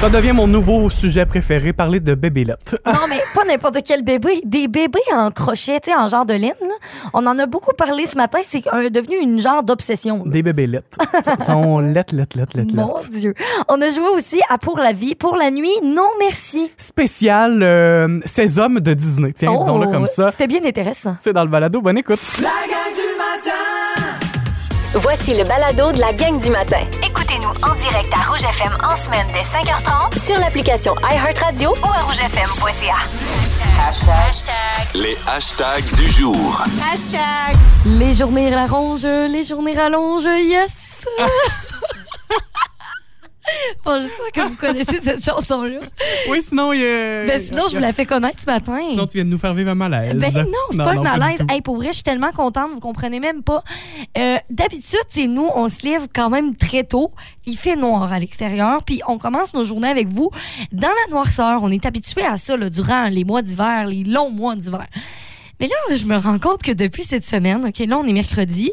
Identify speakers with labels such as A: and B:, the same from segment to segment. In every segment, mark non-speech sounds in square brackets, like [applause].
A: Ça devient mon nouveau sujet préféré, parler de bébélotte.
B: Non, mais pas n'importe quel bébé. Des bébés en crochet, tu sais, en genre de laine. là. On en a beaucoup parlé ce matin. C'est un- devenu une genre d'obsession. là.
A: Des
B: [laughs]
A: bébélettes. Ils sont lettres, lettres, lettres, lettres,
B: Mon
A: lettres.
B: Dieu. On a joué aussi à Pour la vie, Pour la nuit. Non, merci.
A: Spécial euh, Ces hommes de Disney. Tiens,
B: Oh,
A: disons-le comme ça.
B: C'était bien intéressant.
A: C'est dans le balado. Bonne écoute.
C: La gang du matin
D: Voici le balado de la gang du matin. Écoutez-nous en direct à Rouge FM en semaine dès 5h30 sur l'application iHeartRadio ou à rougefm.ca.
E: Les hashtags du jour.
B: Les journées rallongent, les journées rallongent, yes! [laughs] bon, j'espère que vous connaissez cette chanson-là.
A: Oui, sinon, il y a-
B: Ben, sinon, je vous la fais connaître ce matin.
A: Sinon, tu viens de nous faire vivre un malaise.
B: Ben non, c'est pas le
A: du
B: malaise.
A: tout.
B: Hey, pour vrai, je suis tellement contente, vous comprenez même pas. Euh, D'habitude, c'est nous, on se lève quand même très tôt. Il fait noir à l'extérieur, puis on commence nos journées avec vous dans la noirceur. On est habitué à ça là, durant les mois d'hiver, les longs mois d'hiver. Mais là, je me rends compte que depuis cette semaine, OK, là, on est mercredi.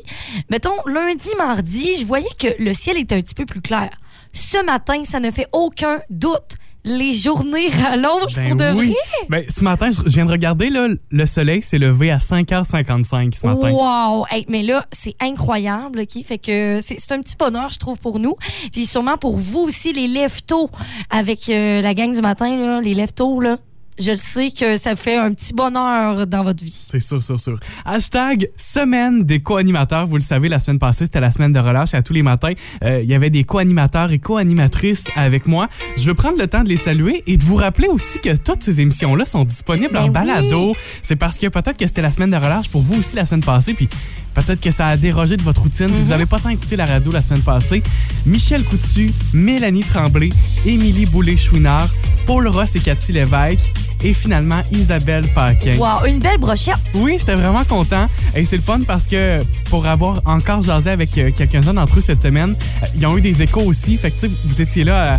B: Mettons, lundi, mardi, je voyais que le ciel était un petit peu plus clair. Ce matin, ça ne fait aucun doute. Les journées [laughs] rallongent
A: Ben
B: pour de
A: oui.
B: vrai.
A: Ben, ce matin, je je viens de regarder, là, le soleil s'est levé à 5h55 ce matin.
B: Wow! Hey, mais là, c'est incroyable, OK? Fait que c'est c'est un petit bonheur, je trouve, pour nous. Puis sûrement pour vous aussi, les lève-tôt, avec euh, la gang du matin, là, les lève-tôt, là. Je le sais que ça fait un petit bonheur dans votre vie.
A: C'est sûr, sûr, sûr. Hashtag semaine des co-animateurs. Vous le savez, la semaine passée, c'était la semaine de relâche. À tous les matins, euh, il y avait des co-animateurs et co-animatrices avec moi. Je veux prendre le temps de les saluer et de vous rappeler aussi que toutes ces émissions-là sont disponibles en
B: Ben oui.
A: balado. C'est parce que peut-être que c'était la semaine de relâche pour vous aussi la semaine passée, puis peut-être que ça a dérogé de votre routine. Vous
B: Mm-hmm.
A: n'avez pas tant écouté la radio la semaine passée. Michel Coutu, Mélanie Tremblay, Émilie Boulay-Chouinard, Paul Ross et Cathy Lévesque, et finalement Isabelle Paquin.
B: Wow! Une belle brochette!
A: Oui, j'étais vraiment content. Et c'est le fun parce que pour avoir encore jasé avec euh, quelques-uns d'entre eux cette semaine, euh, ils ont eu des échos aussi. Fait que tu sais, vous étiez là euh,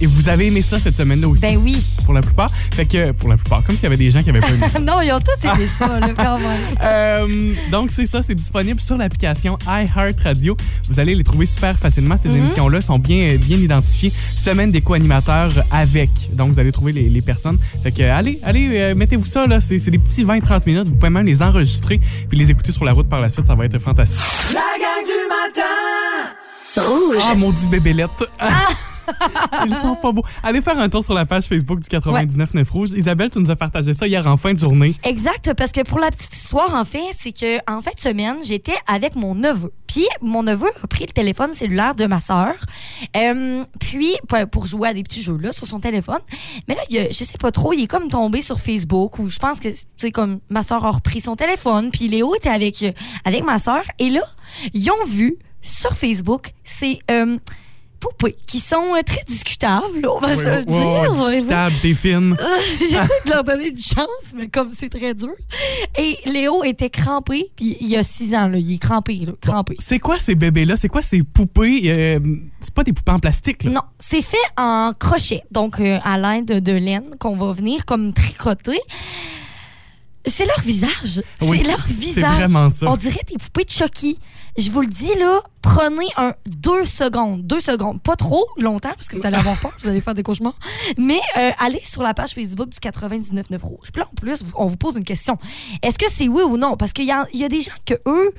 A: et vous avez aimé ça cette semaine-là aussi.
B: Ben oui! [laughs]
A: Pour la plupart. Fait que, pour la plupart, comme s'il y avait des gens qui avaient pas aimé ça.
B: non, ils ont tous aimé ça, là, quand même.
A: Euh, donc, c'est ça, c'est disponible sur l'application iHeartRadio. Vous allez les trouver super facilement.
B: Mhm.
A: Ces émissions-là sont bien, bien identifiées. Semaine des co-animateurs avec. Donc, vous allez trouver les, les personnes. Fait que, euh, allez, allez, euh, mettez-vous ça, là. C'est c'est des petits 20-30 minutes. Vous pouvez même les enregistrer puis les écouter sur la route par la suite. Ça va être fantastique.
C: La gang du matin
A: Ah, maudit bébélette!
B: Ah!
A: [laughs] Ils sont pas beaux. Allez faire un tour sur la page Facebook du 99 9 Rouge. Isabelle, tu nous as partagé ça hier en fin de journée.
B: Exact, parce que pour la petite histoire, en fait, c'est que en fin de semaine, j'étais avec mon neveu. Puis mon neveu a pris le téléphone cellulaire de ma sœur, euh, puis pour- pour jouer à des petits jeux là sur son téléphone. Mais là, il a- je sais pas trop, il est comme tombé sur Facebook ou je pense que tu sais comme ma sœur a repris son téléphone, puis Léo était avec euh, avec ma sœur et là, ils ont vu sur Facebook, c'est euh, poupées qui sont euh, très discutables, on va se le
A: Ouais, ouais, ouais,
B: dire.
A: discutable, t'es fine. [laughs]
B: Euh, J'essaie de leur donner une chance, mais comme c'est très dur. Et Léo était crampé, puis il y a six ans, là, il est crampé, là, crampé.
A: C'est quoi ces bébés-là? C'est quoi ces poupées? Euh, c'est pas des poupées en plastique, là?
B: Non, c'est fait en crochet, donc euh, à l'aide de laine qu'on va venir comme tricoter. C'est leur visage.
A: Oui,
B: c'est leur
A: c'est- c'est
B: visage.
A: vraiment ça.
B: On dirait des poupées de Chucky. Je vous le dis là, prenez un deux secondes, deux secondes, pas trop longtemps parce que vous allez avoir peur, vous allez faire des cauchemars. Mais euh, allez sur la page Facebook du 99.9 Rouge. Puis là, en plus, on vous pose une question. Est-ce que c'est oui ou non Parce qu'il y, a- il y a des gens que eux,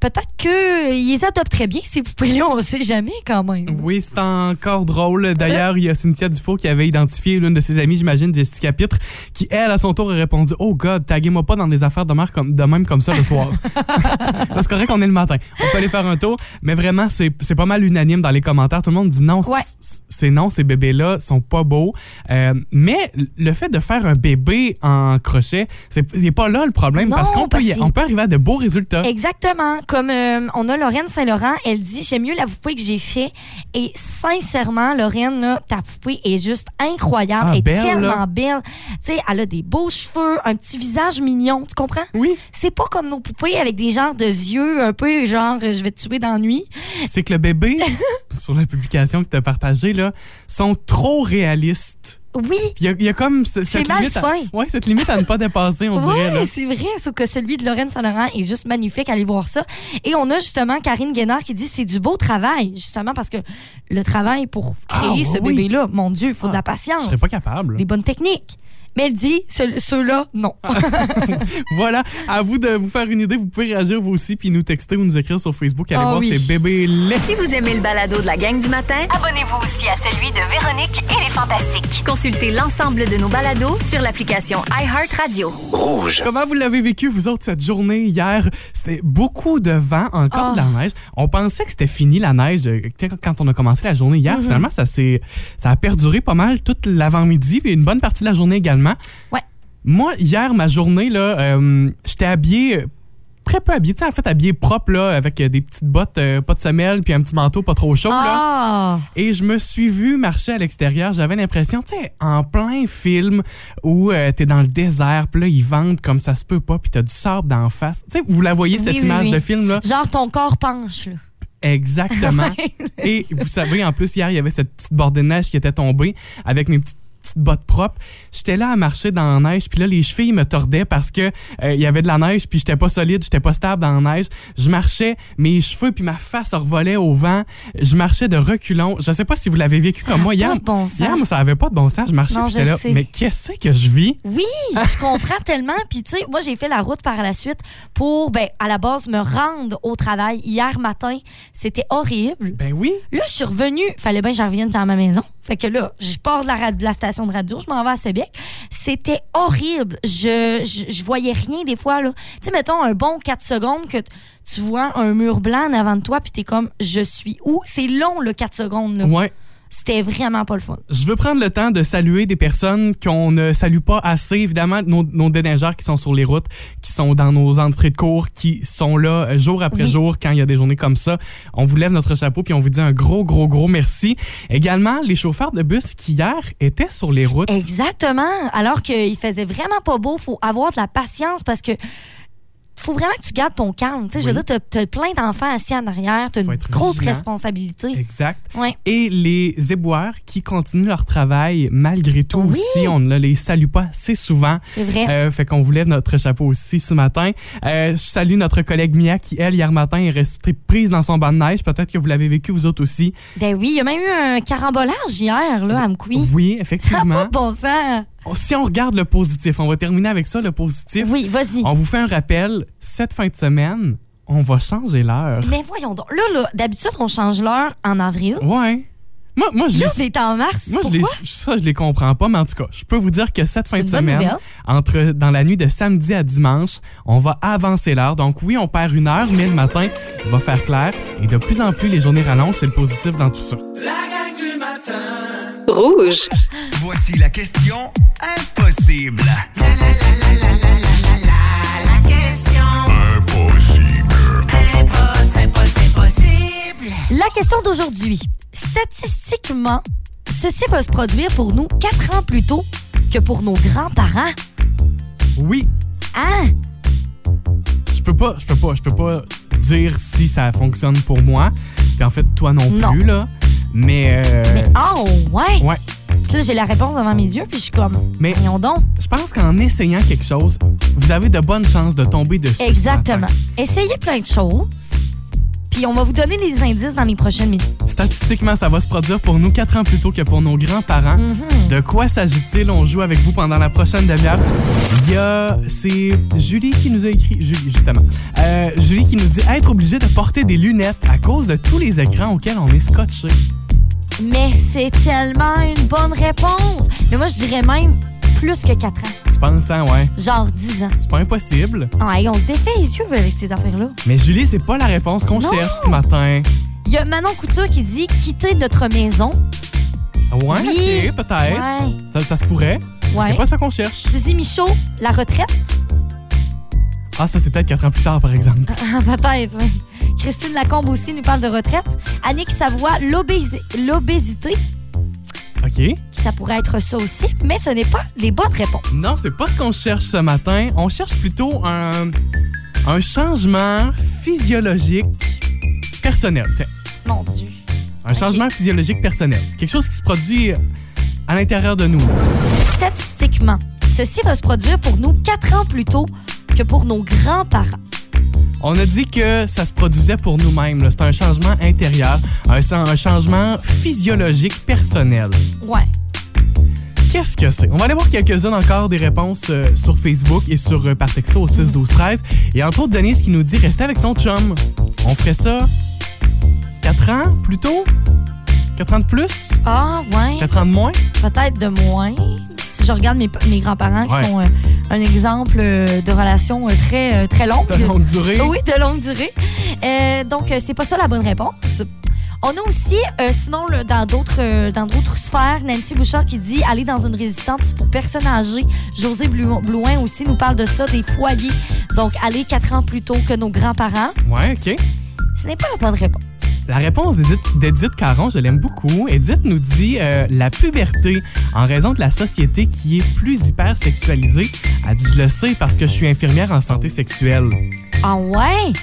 B: peut-être qu'ils les adoptent très bien ces poupées-là, on sait jamais quand même.
A: Oui, c'est encore drôle. D'ailleurs, il y a Cynthia Dufault qui avait identifié l'une de ses amies, j'imagine, Jessica Pitre, qui, elle, à son tour, a répondu Oh God, taguez-moi pas dans des affaires de, mer comme, de même comme ça le soir. [laughs] Là, c'est correct qu'on est le matin. On peut aller faire un tour, mais vraiment, c'est c'est pas mal unanime dans les commentaires. Tout le monde dit non, c-
B: Ouais.
A: c- c'est non, ces bébés-là sont pas beaux. Euh, mais le fait de faire un bébé en crochet, c'est c'est pas là le problème
B: Non,
A: parce qu'on peut, y-
B: parce que-
A: on peut arriver à de beaux résultats.
B: Exactement. Comme euh, on a Lorraine Saint-Laurent, elle dit J'aime mieux la poupée que j'ai fait. Et sincèrement, Lorraine, là, ta poupée est juste incroyable.
A: Ah,
B: elle est
A: belle,
B: tellement
A: là.
B: belle. Tu sais, elle a des beaux cheveux, un petit visage mignon. Tu comprends
A: Oui.
B: C'est pas comme nos poupées avec des genres de yeux un peu genre euh, je vais te tuer d'ennui. [laughs]
A: c'est que le bébé, sur la publication que tu as partagée là, sont trop réalistes.
B: Oui.
A: Il y, a- il y a comme ce-
B: C'est
A: cette limite, à,
B: malsain.
A: ouais, cette limite à ne pas dépasser,
B: [laughs]
A: on dirait. là.
B: Oui, c'est vrai, sauf que celui de Lorraine Saint-Laurent est juste magnifique. Allez voir ça. Et on a justement Karine Guénard qui dit c'est du beau travail, justement, parce que le travail pour créer
A: Ah,
B: ce
A: oui.
B: bébé-là, mon Dieu, il faut de la
A: Je
B: patience,
A: serais pas capable.
B: des bonnes techniques. Mais elle dit ce- ceux-là, non.
A: [laughs] Voilà, à vous de vous faire une idée. Vous pouvez réagir vous aussi, puis nous texter ou nous écrire sur Facebook. Allez
B: Ah
A: voir
B: oui.
A: ces bébés laits.
D: Si vous aimez le balado de la gang du matin, abonnez-vous aussi à celui de Véronique et les Fantastiques. Consultez l'ensemble de nos balados sur l'application iHeartRadio.
E: Rouge.
A: Comment vous l'avez vécu, vous autres, cette journée hier? C'était beaucoup de vent, encore
B: Ah.
A: de la neige. On pensait que c'était fini la neige euh, tu sais, quand on a commencé la journée
B: Mhm.
A: hier. Finalement, ça, s'est- ça a perduré pas mal toute l'avant-midi et une bonne partie de la journée également.
B: Ouais.
A: Moi, hier, ma journée, là, euh, j'étais habillé euh, très peu habillé. Tu sais, en fait, habillé propre, là, avec euh, des petites bottes, euh, pas de semelle, puis un petit manteau pas trop chaud. Là.
B: Ah!
A: Et je me suis vu marcher à l'extérieur. J'avais l'impression, tu sais, en plein film où euh, t'es dans le désert, puis là, ils vendent comme ça se peut pas, puis t'as du sable d'en face. Tu sais, vous la voyez,
B: Oui,
A: cette
B: oui,
A: image
B: oui.
A: de film-là?
B: Genre ton corps penche, là. [laughs]
A: Exactement. Et vous savez, en plus, hier, il y avait cette petite bordée de neige qui était tombée avec mes petites petites bottes propres. J'étais là à marcher dans la neige, puis là, les chevilles me tordaient parce que euh, il y avait de la neige, puis j'étais pas solide, j'étais pas stable dans la neige. Je marchais, mes cheveux puis ma face revolaient au vent. Je marchais de reculons. Je sais pas si vous l'avez vécu comme moi hier.
B: Pas de bon sens.
A: Hier, moi, ça avait pas de bon sens. Je marchais,
B: Non,
A: puis j'étais
B: je
A: là,
B: sais.
A: mais qu'est-ce que je vis?
B: Oui, je comprends tellement. Puis, tu sais, moi, j'ai fait la route par la suite pour, ben, à la base, me rendre au travail. Hier matin, c'était horrible.
A: Ben oui.
B: Là, je suis revenue. Fallait bien que je revienne dans ma maison. Fait que là, je pars de la, ra- de la station de radio, je m'en vais à Sébec. C'était horrible. Je, je, je voyais rien des fois. là. Tu sais, mettons un bon 4 secondes que t- tu vois un mur blanc en avant de toi, puis t'es comme, je suis où? C'est long, le 4 secondes. là.
A: Ouais.
B: C'était vraiment pas le fun.
A: Je veux prendre le temps de saluer des personnes qu'on ne salue pas assez. Évidemment, nos, nos déneigeurs qui sont sur les routes, qui sont dans nos entrées de cours, qui sont là euh, jour après
B: Oui.
A: jour quand il y a des journées comme ça. On vous lève notre chapeau puis on vous dit un gros, gros, gros merci. Également, les chauffeurs de bus qui hier étaient sur les routes.
B: Exactement. Alors qu'il faisait vraiment pas beau, faut avoir de la patience parce que faut vraiment que tu gardes ton calme. Tu sais, je veux
A: Oui.
B: dire, t'as- t'as plein d'enfants assis en arrière, t'as
A: Faut
B: une
A: être
B: grosse
A: vigilant.
B: responsabilité.
A: Exact.
B: Ouais.
A: Et les éboueurs qui continuent leur travail malgré tout
B: Oui.
A: aussi. On ne les salue pas assez souvent.
B: C'est vrai.
A: Euh, fait qu'on vous lève notre chapeau aussi ce matin. Euh, je salue notre collègue Mia qui, elle, hier matin, est restée prise dans son banc de neige. Peut-être que vous l'avez vécu vous autres aussi.
B: Ben oui, il y a même eu un carambolage hier, là, à Mkoui.
A: Oui,
B: Ça n'a pas
A: effectivement. Oh,
B: de bon sens.
A: Si on regarde le positif, on va terminer avec ça, le positif.
B: Oui, vas-y.
A: On vous fait un rappel. Cette fin de semaine, on va changer l'heure.
B: Mais voyons donc. Là, là d'habitude, on change l'heure en avril.
A: Ouais. Moi, moi je
B: Là,
A: l'ai
B: c'est en mars.
A: Moi, je les,
B: Pourquoi?
A: ça, je les comprends pas, mais en tout cas, je peux vous dire que cette fin
B: une
A: de
B: bonne
A: semaine,
B: nouvelle.
A: entre dans la nuit de samedi à dimanche, on va avancer l'heure. Donc oui, on perd une heure, mais le matin, il va faire clair. Et de plus en plus, les journées rallongent, c'est le positif dans tout ça.
C: La gang du matin.
D: Rouge.
F: Voici la question impossible.
B: La question d'aujourd'hui. Statistiquement, ceci va se produire pour nous quatre ans plus tôt que pour nos grands-parents.
A: Oui,
B: Hein?
A: je peux pas, je peux pas, je peux pas dire si ça fonctionne pour moi. Puis en fait, toi non plus,
B: Non.
A: là. Mais, euh,
B: Mais oh, ouais!
A: ouais.
B: Puis là, j'ai la réponse devant mes yeux, puis je suis comme,
A: Mais-
B: voyons donc.
A: Je pense qu'en essayant quelque chose, vous avez de bonnes chances de tomber dessus. ce matin.
B: Exactement. Essayez plein de choses, puis on va vous donner les indices dans les prochaines minutes.
A: Statistiquement, ça va se produire pour nous quatre ans plus tôt que pour nos grands-parents.
B: Mm-hmm.
A: De quoi s'agit-il? On joue avec vous pendant la prochaine demi-heure. Il y a. C'est Julie qui nous a écrit. Julie, justement. Euh, Julie qui nous dit être obligé de porter des lunettes à cause de tous les écrans auxquels on est scotché.
B: Mais c'est tellement une bonne réponse. Mais moi, je dirais même plus que 4 ans,
A: Tu penses, hein, ouais?
B: genre 10 ans.
A: C'est pas impossible.
B: Ah, hey, on se défait les yeux avec ces affaires-là.
A: Mais Julie, c'est pas la réponse qu'on
B: Non.
A: cherche ce matin.
B: Il y a Manon Couture qui dit quitter notre maison.
A: Ouais,
B: Oui.
A: ok, peut-être.
B: Ouais.
A: Ça, ça se pourrait.
B: Ouais.
A: Hein? C'est pas ça qu'on cherche.
B: Suzy Michaud, la retraite. [laughs]
A: Ah, ça, c'est peut-être quatre ans plus tard, par exemple.
B: Ah, Peut-être, oui. Christine Lacombe aussi nous parle de retraite. Annick Savoie, l'obési- l'obésité. Ah.
A: Ok.
B: Ça pourrait être ça aussi, mais ce n'est pas les bonnes réponses.
A: Non, c'est pas ce qu'on cherche ce matin. On cherche plutôt un, un changement physiologique personnel. Tiens,
B: Mon Dieu.
A: Un changement physiologique personnel. Quelque chose qui se produit à l'intérieur de nous.
B: Statistiquement, ceci va se produire pour nous quatre ans plus tôt que pour nos grands-parents.
A: On a dit que ça se produisait pour nous-mêmes. là. C'est un changement intérieur, un, un changement physiologique personnel.
B: Ouais.
A: Qu'est-ce que c'est? On va aller voir quelques-unes encore des réponses euh, sur Facebook et sur euh, par texto au 6 12 13 Et entre autres, Denise qui nous dit rester avec son chum. On ferait ça 4 ans plus tôt? 4 ans de plus?
B: Ah, ouais.
A: 4 ans de moins?
B: Peut-être de moins. Si je regarde mes, mes grands-parents qui
A: Ouais.
B: sont euh, un exemple euh, de relation euh, très, euh, très longue.
A: De longue durée?
B: [laughs] Oui, de longue durée. Euh, donc, euh, c'est pas ça la bonne réponse. On a aussi, euh, sinon, le- dans d'autres euh, dans d'autres sphères, Nancy Bouchard qui dit aller dans une résistance pour personnes âgées. José Blu- Blouin aussi nous parle de ça, des foyers. Donc, aller quatre ans plus tôt que nos grands-parents.
A: Ouais, OK.
B: Ce n'est pas la bonne réponse.
A: La réponse d'Edith, d'Edith Caron, je l'aime beaucoup. Edith nous dit euh, la puberté en raison de la société qui est plus hypersexualisée. Elle dit Je le sais parce que je suis infirmière en santé sexuelle.
B: Ah ouais?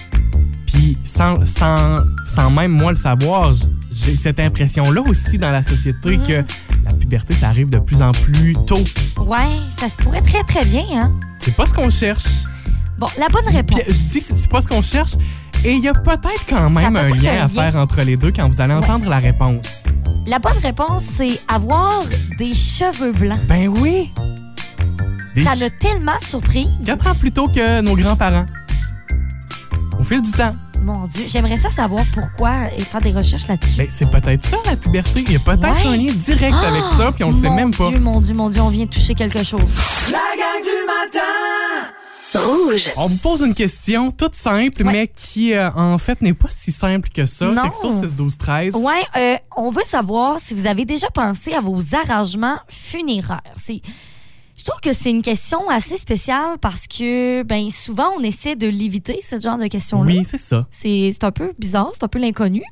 A: Puis sans, sans, sans même moi le savoir, j- j'ai cette impression-là aussi dans la société
B: Mm-hmm.
A: que la puberté, ça arrive de plus en plus tôt.
B: Ouais, ça se pourrait très, très bien, hein?
A: C'est pas ce qu'on cherche.
B: Bon, la bonne
A: Puis
B: réponse.
A: je dis que c'est c'est pas ce qu'on cherche. Et il y a peut-être quand même un
B: peut-être
A: lien
B: un
A: à
B: lien.
A: faire entre les deux quand vous allez entendre la réponse.
B: La bonne réponse, c'est avoir des cheveux blancs.
A: Ben oui! Des
B: Ça m'a tellement surprise.
A: 4 ans plus tôt que nos grands-parents. Au fil du temps.
B: Mon Dieu, j'aimerais ça savoir pourquoi et faire des recherches là-dessus.
A: Ben, c'est peut-être ça, la puberté. Il y a peut-être
B: Ouais.
A: un lien direct avec
B: Ah!
A: ça, puis on le sait
B: Mon
A: même pas.
B: Dieu, mon Dieu, mon Dieu, on vient toucher quelque chose.
C: La gang du matin
D: Rouge.
A: On vous pose une question toute simple,
B: Ouais.
A: mais qui, euh, en fait, n'est pas si simple que ça.
B: Non.
A: Texto 6 12 13
B: Ouais, euh, on veut savoir si vous avez déjà pensé à vos arrangements funéraires. C'est je trouve que c'est une question assez spéciale parce que ben souvent on essaie de l'éviter ce genre de questions-là.
A: Oui, c'est ça.
B: C'est c'est un peu bizarre, c'est un peu l'inconnu.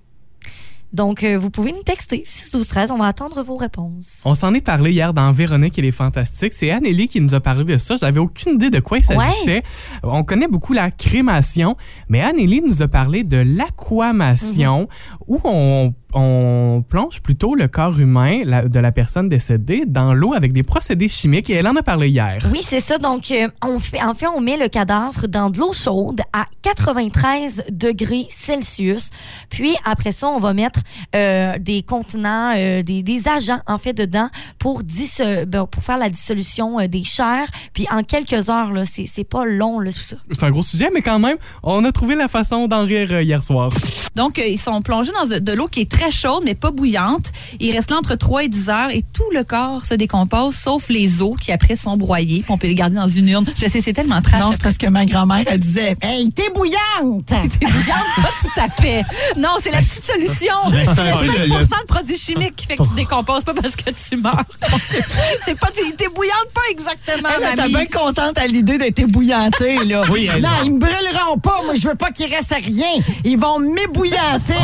B: Donc, euh, vous pouvez nous texter 6 12 13 on va attendre vos réponses.
A: On s'en est parlé hier dans Véronique et les Fantastiques. C'est Anneli qui nous a parlé de ça. J'avais aucune idée de quoi il s'agissait. On connaît beaucoup la crémation, mais Anneli nous a parlé de l'aquamation,
B: Mhm.
A: où on, on plonge plutôt le corps humain la- de la personne décédée dans l'eau avec des procédés chimiques. Et elle en a parlé hier.
B: Oui, c'est ça. Donc, euh, on fait, en fait, on met le cadavre dans de l'eau chaude à 93 degrés Celsius. Puis, après ça, on va mettre euh, des contenants, euh, des, des agents, en fait, dedans pour, disso- ben, pour faire la dissolution euh, des chairs. Puis, en quelques heures, là, c'est c'est pas long, là, tout ça.
A: C'est un gros sujet, mais quand même, on a trouvé la façon d'en rire euh, hier soir.
G: Donc, euh, ils sont plongés dans de, de l'eau qui est très chaude, mais pas bouillante. Ils restent là entre 3 et 10 heures et tout le corps se décompose, sauf les os qui après sont broyés. puis On peut les garder dans une urne. Je sais, c'est tellement trash.
H: Non, c'est parce que ma grand-mère, elle disait Hey, t'es bouillante!
G: C'est bouillante, pas tout à fait. Non, c'est la petite solution.
I: Ben,
G: C'est
I: c'est un peu le- Oh.
G: 5
I: le-
G: de produits chimiques qui fait que tu décomposes, pas parce que tu
J: [laughs]
G: meurs. C'est- C'est pas, t'es t'es bouillante pas exactement,
J: Eh ben,
H: Elle était
G: mamie.
H: bien contente à l'idée d'être ébouillantée, là.
I: Oui, elle-
H: Non, ils me brûleront pas. Moi, je veux pas qu'il reste à rien. Ils vont m'ébouillanter.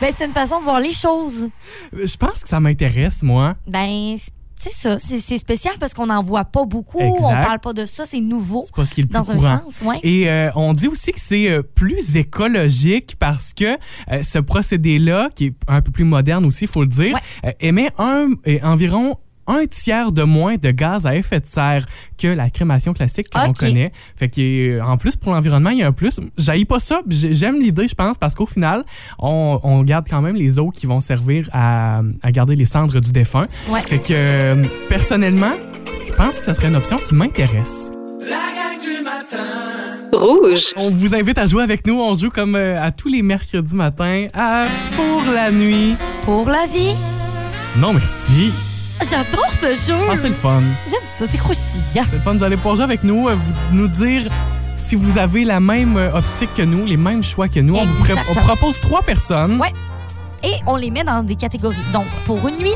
B: Ben, c'est une façon de voir les choses.
A: Euh, Je pense que ça m'intéresse, moi.
B: Ben, c'est- c'est ça. C'est c'est spécial parce qu'on n'en voit pas beaucoup.
A: Exact.
B: On parle pas de ça. C'est nouveau.
A: C'est pas ce qui est le plus
B: Dans un
A: courant.
B: sens, ouais.
A: Et euh, on dit aussi que c'est euh, plus écologique parce que euh, ce procédé-là, qui est un peu plus moderne aussi, il faut le dire, euh, émet un, et environ un tiers de moins de gaz à effet de serre que la crémation classique que l'on
B: Ok.
A: connaît. Fait que euh, en plus pour l'environnement, il y a un plus. J'haïs pas ça, puis j'ai- j'aime l'idée, je pense, parce qu'au final, on, on garde quand même les eaux qui vont servir à, à garder les cendres du défunt.
B: Ouais.
A: Fait que euh, personnellement, je pense que ça serait une option qui m'intéresse.
C: La gang du matin
D: Rouge.
A: On vous invite à jouer avec nous. On joue comme euh, à tous les mercredis matins à Pour la nuit.
B: Pour la vie.
A: Non, mais si.
B: J'adore ce jeu.
A: Ah, c'est le fun.
B: J'aime ça. C'est croustillant.
A: C'est le fun. Vous allez pouvoir jouer avec nous, euh, vous, nous dire si vous avez la même euh, optique que nous, les mêmes choix que nous. On, vous pré- on
B: Exactement.
A: propose trois personnes.
B: Ouais. Et on les met dans des catégories. Donc, pour une nuit,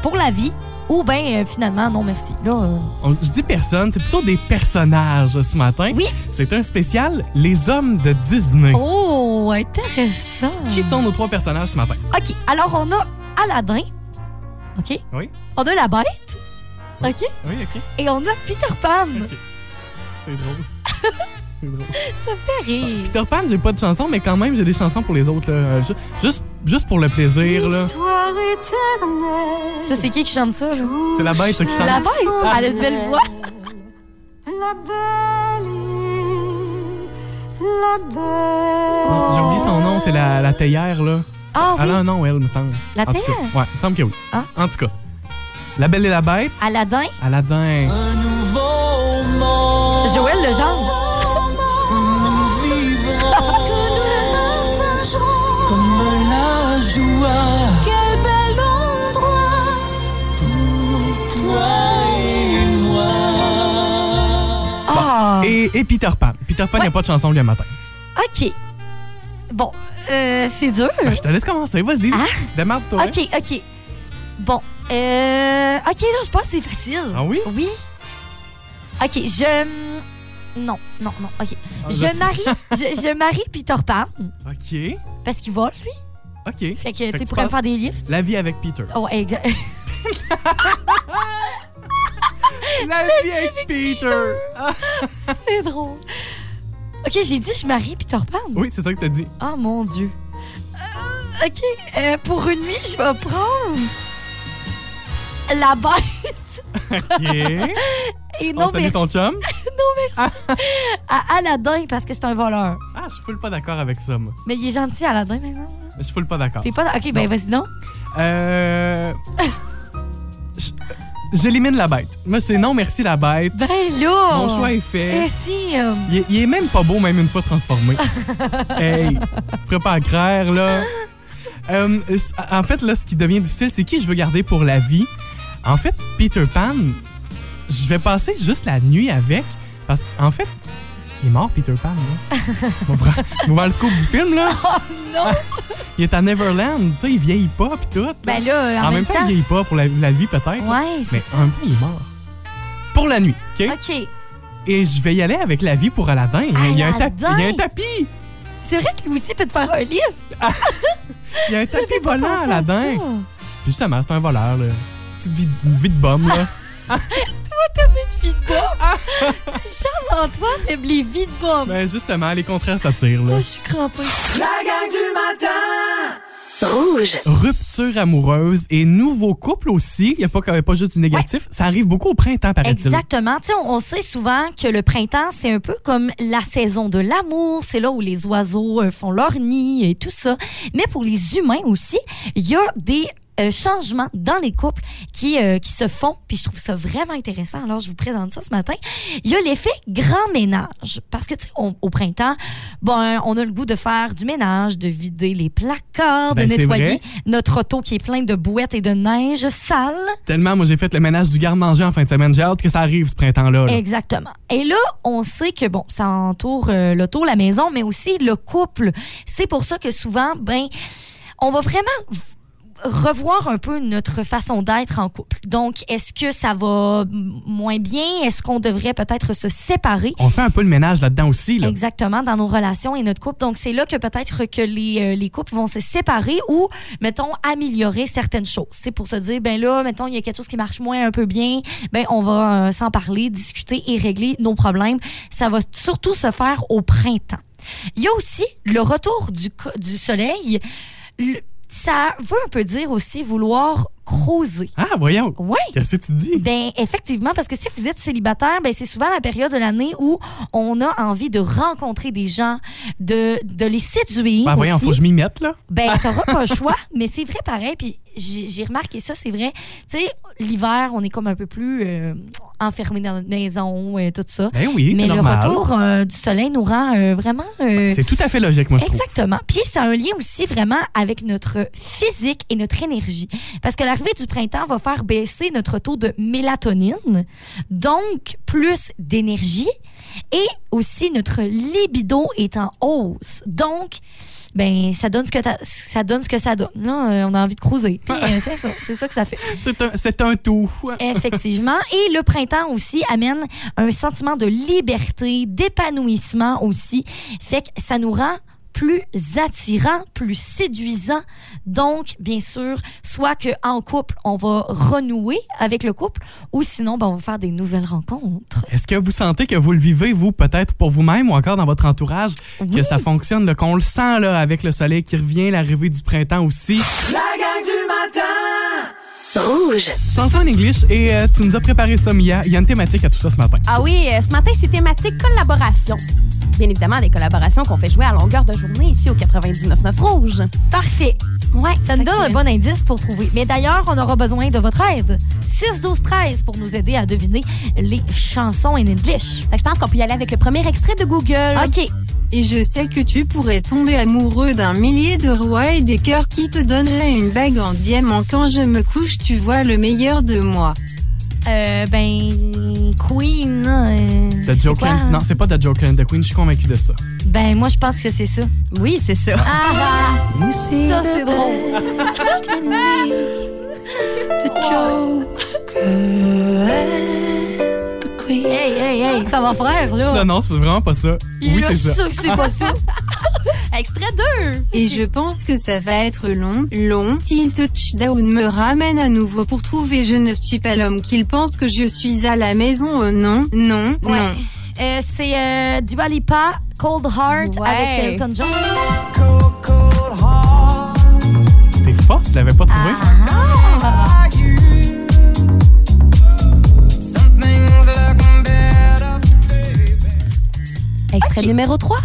B: pour la vie, ou bien euh, finalement, non merci. Là, euh,
A: On- je dis personne, c'est plutôt des personnages euh, ce matin.
B: Oui.
A: C'est un spécial Les hommes de Disney.
B: Oh, intéressant.
A: Qui sont nos trois personnages ce matin?
B: OK, alors on a Aladdin. OK?
A: Oui.
B: On a la bête. OK?
A: Oui, OK.
B: Et on a Peter Pan. [laughs]
A: C'est drôle. C'est drôle.
B: Rire.
A: Peter Pan, j'ai pas de chanson, mais quand même, j'ai des chansons pour les autres. là. Euh, ju- Juste, juste pour le plaisir, là.
I: Histoire éternelle.
B: Ça, c'est qui qui chante ça? là?
A: C'est la bête qui chante.
B: La bête! Elle a une belle voix.
I: La belle île, la
A: Oh,
I: belle.
A: J'ai oublié son nom, c'est la, la théière, là.
B: Ah
A: Elle
B: oui,
A: a un nom, elle, me semble.
B: La
A: En tout cas,
B: théière?
A: Ouais, il me semble que oui.
B: Ah.
A: En tout cas, La Belle et la Bête,
B: Aladdin.
A: Aladdin.
B: Joël le genre.
I: Quel bel endroit.
B: Ah!
A: Et, et Peter Pan. Peter Pan, il n'y a
B: Ouais.
A: pas de chanson le
B: [laughs]
A: matin.
B: OK. Bon, euh, c'est dur.
A: Ben, je te laisse commencer, vas-y.
B: Ah.
A: Démarre-toi.
B: OK, OK. Bon, euh, OK, là, je pense que c'est facile.
A: Ah oui?
B: Oui. OK, je... Non, non, non, OK.
A: Ah, là,
B: Je
A: tu- [laughs]
B: marie, je, je marie Peter Pan
A: OK.
B: parce qu'il vole, lui.
A: OK.
B: Fait que, tu
A: que tu
B: sais, pourrait me
A: penses-
B: faire des lifts.
A: La vie avec Peter.
B: Oh, exact.
A: La vie avec Peter. Ah.
B: [laughs] c'est drôle. OK, j'ai dit je marie Peter Pan.
A: Oui, c'est ça que t'as dit.
B: Oh mon Dieu. Euh, ok, euh, pour une nuit, je vais prendre la bête.
A: OK.
B: Et [laughs] non,
A: On salue
B: merci
A: ton chum.
B: à Aladdin parce que c'est un voleur.
A: Ah, je suis full pas d'accord avec ça, moi.
B: Mais il est gentil, Aladdin, maintenant.
A: Je suis full pas d'accord.
B: T'es pas. Ok, ben vas-y, non.
A: Euh... [laughs] je- J'élimine la bête. Moi, c'est non, merci la bête.
B: Ben là!
A: Mon choix est fait.
B: Eh, fille, euh,
A: Il, est- il est même pas beau, même une fois
B: [laughs]
A: transformé. hey, prépare à craire, là. Euh, c- en fait, là, ce qui devient difficile, c'est qui je veux garder pour la vie. En fait, Peter Pan, je vais passer juste la nuit avec. Parce qu'en fait, il est mort, Peter Pan.
B: [laughs]
A: Là. Mon frère- mon frère, le scoop du film, là.
B: Oh, non!
A: [laughs] Il est à Neverland, tu sais, il vieillit pas, pis tout. là.
B: Ben là, en,
A: en même temps, il vieillit pas pour la, la vie, peut-être. là.
B: Ouais, c'est
A: Mais
B: ça.
A: en même temps, il est mort. Pour la nuit, OK?
B: Ok,
A: Et je vais y aller avec la vie pour Aladdin. Il y a- Il y a un tapis.
B: Aladdin!
A: Il y a un tapis.
B: c'est vrai que lui aussi peut te faire un lift.
A: Il y
B: [laughs]
A: a un tapis volant,
B: la
A: Aladdin. Puis justement, c'est un voleur, là. Petite vie, une vie de bombe, là.
B: [laughs] Petite vie de bombe. [laughs] Charles-Antoine aime les vies de bombe.
A: ben, justement, les contraires s'attirent,
B: Oh,
A: là.
B: je suis crampée.
C: La gang du matin
D: Rouge.
A: Rupture amoureuse et nouveau couple aussi. Il n'y a pas, pas juste du négatif. Ça arrive beaucoup au printemps, paraît-il.
B: Exactement. Tu sais, on, on sait souvent que le printemps, c'est un peu comme la saison de l'amour. C'est là où les oiseaux euh, font leur nid et tout ça. Mais pour les humains aussi, il y a des euh, changements dans les couples qui, euh, qui se font. Puis je trouve ça vraiment intéressant. Alors, je vous présente ça ce matin. Il y a l'effet grand ménage. Parce que, tu sais, on- au printemps, bon, on a le goût de faire du ménage, de vider les placards,
A: Ben,
B: de
A: c'est vrai.
B: nettoyer notre auto qui est plein de bouettes et de neige sale.
A: Tellement, moi, j'ai fait le ménage du garde-manger en fin de semaine. J'ai hâte que ça arrive, ce printemps-là. là.
B: Exactement. Et là, on sait que bon, ça entoure euh, l'auto, la maison, mais aussi le couple. C'est pour ça que souvent, ben, on va vraiment v- revoir un peu notre façon d'être en couple. Donc, est-ce que ça va m- moins bien Est-ce qu'on devrait peut-être se séparer
A: On fait un peu le ménage là-dedans aussi, là.
B: Exactement, dans nos relations et notre couple. Donc, c'est là que peut-être que les, euh, les couples vont se séparer ou, mettons, améliorer certaines choses. C'est pour se dire, ben là, mettons, il y a quelque chose qui marche moins un peu bien, ben on va euh, s'en parler, discuter et régler nos problèmes. Ça va surtout se faire au printemps. Il y a aussi le retour du, co- du soleil. Le- ça veut un peu dire aussi vouloir croiser.
A: Ah, voyons.
B: Ouais.
A: Qu'est-ce que tu dis?
B: Ben, effectivement, parce que si vous êtes célibataire, ben, c'est souvent la période de l'année où on a envie de rencontrer des gens, de, de les séduire.
A: Ben, voyons,
B: Bah, aussi.
A: faut que je m'y mette, là.
B: Ben, t'auras pas le choix, [laughs] mais c'est vrai pareil. Puis j'ai j'ai remarqué ça, c'est vrai. Tu sais, l'hiver, on est comme un peu plus euh, enfermé dans notre maison, et tout ça.
A: Ben oui,
B: mais
A: c'est
B: le
A: normal.
B: retour euh, du soleil nous rend euh, vraiment. euh,
A: C'est tout à fait logique, moi, je trouve.
B: Exactement. Puis ça a un lien aussi vraiment avec notre physique et notre énergie. Parce que l'arrivée du printemps va faire baisser notre taux de mélatonine, donc plus d'énergie et aussi notre libido est en hausse. Donc, ben ça donne ce que t'as- ça donne ce que ça donne. Là, euh, on a envie de cruiser. Puis, euh, c'est ça, c'est ça que ça fait.
A: C'est un, c'est un tout.
B: Effectivement. Et le printemps aussi amène un sentiment de liberté, d'épanouissement aussi. Fait que ça nous rend plus attirant, plus séduisant. Donc, bien sûr, soit qu'en couple, on va renouer avec le couple, ou sinon, ben, on va faire des nouvelles rencontres.
A: Est-ce que vous sentez que vous le vivez, vous, peut-être pour vous-même ou encore dans votre entourage, que ça fonctionne, là, qu'on le sent là, avec le soleil qui revient, l'arrivée du printemps aussi?
C: La gang du matin!
D: Rouge.
A: Chanson en English et euh, tu nous as préparé ça, Mia. Il y a une thématique à tout ça ce matin.
K: Ah oui, euh, ce matin, c'est thématique collaboration. Bien évidemment, des collaborations qu'on fait jouer à longueur de journée ici au 99.9 Rouge.
B: Parfait.
K: Ouais,
B: Ça nous
K: fait
B: donne
K: que-
B: un bon indice pour trouver. Mais d'ailleurs, on aura besoin de votre aide. 6, 12, 13 pour nous aider à deviner les chansons en English.
K: Fait que je pense qu'on peut y aller avec le premier extrait de Google.
B: OK.
J: Et je sais que tu pourrais tomber amoureux d'un millier de rois et des cœurs qui te donneraient une bague en diamant. Quand je me couche, tu vois le meilleur de moi.
B: Euh, ben, Queen. euh,
A: The Joker.
B: quoi?
A: Non, c'est pas The Joker and the Queen, je suis convaincu de ça.
B: ben, moi, je pense que c'est ça.
K: Oui, c'est ça.
B: Ah, ça, c'est drôle. Hey, hey, hey, ça va frère,
A: Non,
B: là.
A: non, c'est vraiment pas ça. oui,
B: là,
A: c'est
B: je suis
A: ça.
B: sûre que c'est pas ça.
K: Extrait 2.
J: Et je pense que ça va être long, long. Tilt Touchdown me ramène à nouveau pour trouver je ne suis pas l'homme qu'il pense que je suis à la maison. Oh non, non,
B: Ouais.
J: non.
B: Euh, c'est euh, Dua Lipa, Cold Heart
K: Ouais.
B: avec Elton John.
A: T'es forte, tu l'avais pas trouvé.
B: Ah.
K: Extrait numéro 3.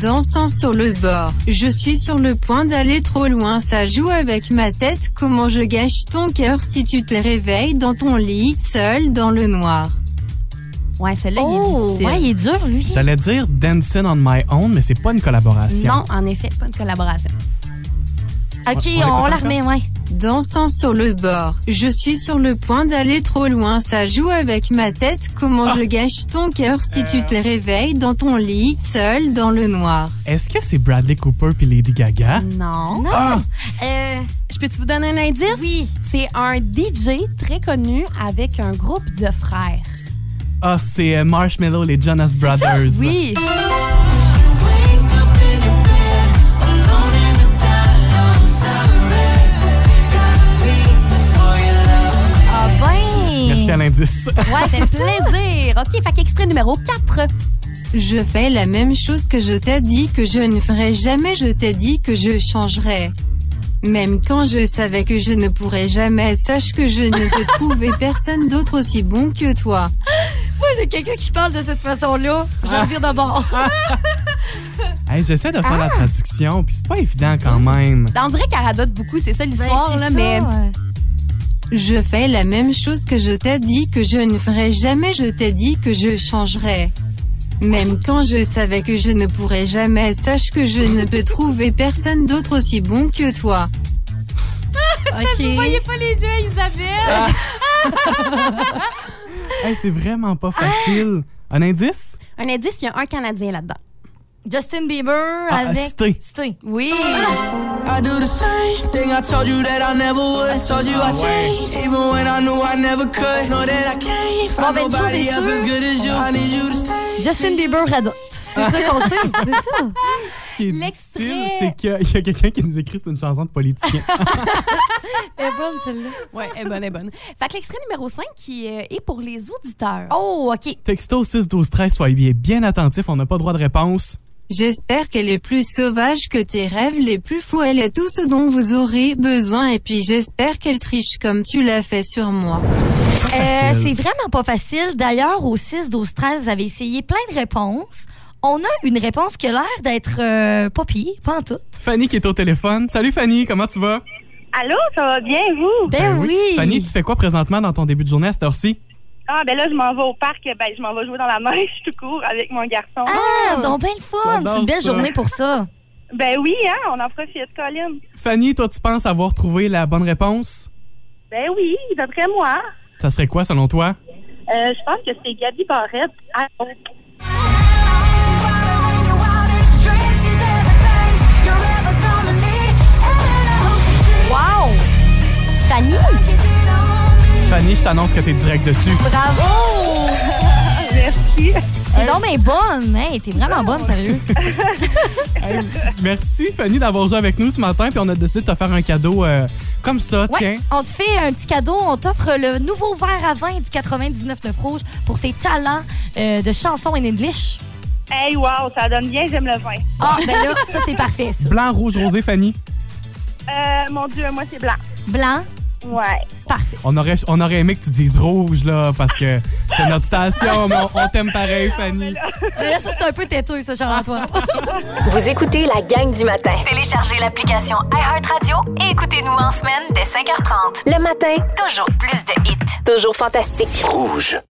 J: Dansant sur le bord, je suis sur le point d'aller trop loin. Ça joue avec ma tête. Comment je gâche ton cœur si tu te réveilles dans ton lit, seul dans le noir.
K: Ouais, celle-là,
B: Oh,
K: il est difficile.
B: ouais, il est dur, lui.
A: J'allais dire Dancing on My Own, mais c'est pas une collaboration.
K: Non, en effet, pas une collaboration.
B: OK,
A: On- on
B: on,
A: répète
B: la
A: encore?
B: remet, ouais.
J: Dansant sur le bord, je suis sur le point d'aller trop loin. Ça joue avec ma tête. Comment je gâche ton cœur si tu te réveilles dans ton lit, seul dans le noir.
A: Est-ce que c'est Bradley Cooper puis Lady Gaga?
K: Mm. Non.
A: Ah!
B: Euh,
K: Je peux-tu vous donner un indice?
B: oui.
K: C'est un DJ très connu avec un groupe de frères.
A: Ah, c'est euh, Marshmallow, les Jonas Brothers.
K: Oui.
B: Ah ben.
A: Merci à l'indice. [laughs]
K: Ouais, c'est [laughs] plaisir. OK, fait qu'extrait numéro 4.
J: Je fais la même chose que je t'ai dit que je ne ferai jamais, je t'ai dit que je changerai. Même quand je savais que je ne pourrais jamais, sache que je ne peux trouver personne d'autre aussi bon que toi.
B: j'ai quelqu'un qui parle de cette façon-là. Je reviens d'abord.
A: Hey, J'essaie de
K: Ah.
A: faire la traduction, puis c'est pas évident quand même.
K: On dirait qu'elle radote beaucoup, c'est ça l'histoire, là, mais...
J: Je fais la même chose que je t'ai dit que je ne ferai jamais, je t'ai dit que je changerai. Même quand je savais que je ne pourrais jamais, sache que je ne peux trouver personne d'autre aussi bon que toi.
B: OK.
K: pas les yeux, Isabelle.
A: Hey, c'est vraiment pas
K: Ah.
A: facile. Un indice?
K: Un indice, il y a un Canadien là-dedans.
B: Justin Bieber
A: Ah,
B: avec.
A: Sté.
B: Sté.
K: Oui.
F: I do the same thing I told you that I never would. I told you I changed, even when I knew I never could. Know that I can't find
B: ben, une chose
F: nobody
B: est
F: else as
B: sûre.
F: good as you. I need you to stay.
B: Justin Bieber radote. Euh, C'est ça qu'on sait. C'est ça.
A: Ce qui est
K: L'extrait.
A: difficile, c'est [laughs] qu'il y a quelqu'un qui nous écrit c'est une chanson de
K: [laughs]
A: politicien.
B: Elle est bonne, celle-là.
K: Ouais, elle est bonne, elle est bonne. Fait que l'extrait numéro 5 qui euh, est pour les auditeurs.
B: Oh, OK.
A: Texto 6 12 13 soyez bien, bien attentifs, on n'a pas droit de réponse.
J: J'espère qu'elle est plus sauvage que tes rêves les plus fous. Elle est tout ce dont vous aurez besoin. Et puis j'espère qu'elle triche comme tu l'as fait sur moi.
B: Euh,
A: facile.
B: c'est vraiment pas facile. D'ailleurs, au 6, 12, 13, vous avez essayé plein de réponses. On a une réponse qui a l'air d'être euh, pas pire, pas en tout.
A: Fanny qui est au téléphone. Salut Fanny, comment tu vas?
L: Allô, ça va bien, vous?
B: Ben, oui.
A: Fanny, tu fais quoi présentement dans ton début de journée à cette heure-ci?
L: Ah, ben là, je m'en vais au parc. Ben, je m'en vais jouer dans la neige tout court avec mon garçon.
B: Ah, c'est donc bien le fun. C'est
A: J'adore
B: une belle
A: ça.
B: journée pour ça.
L: Ben oui, hein, on en profite, Colin.
A: Fanny, toi, tu penses avoir trouvé la bonne réponse?
L: Ben oui, d'après moi,
A: Ça serait quoi selon toi?
L: euh, je pense que c'est Gabi Barrette. Ah,
B: Wow! Fanny, [laughs]
A: Fanny, je t'annonce que t'es direct dessus.
B: bravo!
L: Merci.
B: T'es donc bien bonne, hein? T'es vraiment bonne,
A: [laughs]
B: sérieux.
A: Merci, Fanny, d'avoir joué avec nous ce matin. Puis on a décidé de te faire un cadeau euh, comme ça,
B: Ouais.
A: tiens.
B: On te fait un petit cadeau. On t'offre le nouveau verre à vin du 99 Rouge pour tes talents euh, de chansons in English.
L: Hey, wow, ça donne bien, j'aime le vin.
B: Ah, ben là, ça, c'est parfait, ça.
A: Blanc, rouge, rosé, Fanny.
L: Euh, mon Dieu, moi, c'est blanc.
B: Blanc?
L: Ouais.
B: Parfait.
A: On aurait, on aurait aimé que tu dises rouge, là, parce que c'est notre station, mais on, on t'aime pareil, Fanny.
B: Euh, là, ça, c'est un peu têteux, ça, Charles-Antoine.
D: Vous écoutez la gang du matin. Téléchargez l'application iHeartRadio et écoutez-nous en semaine dès 5h30. Le matin, toujours plus de hits. Toujours fantastique. Rouge.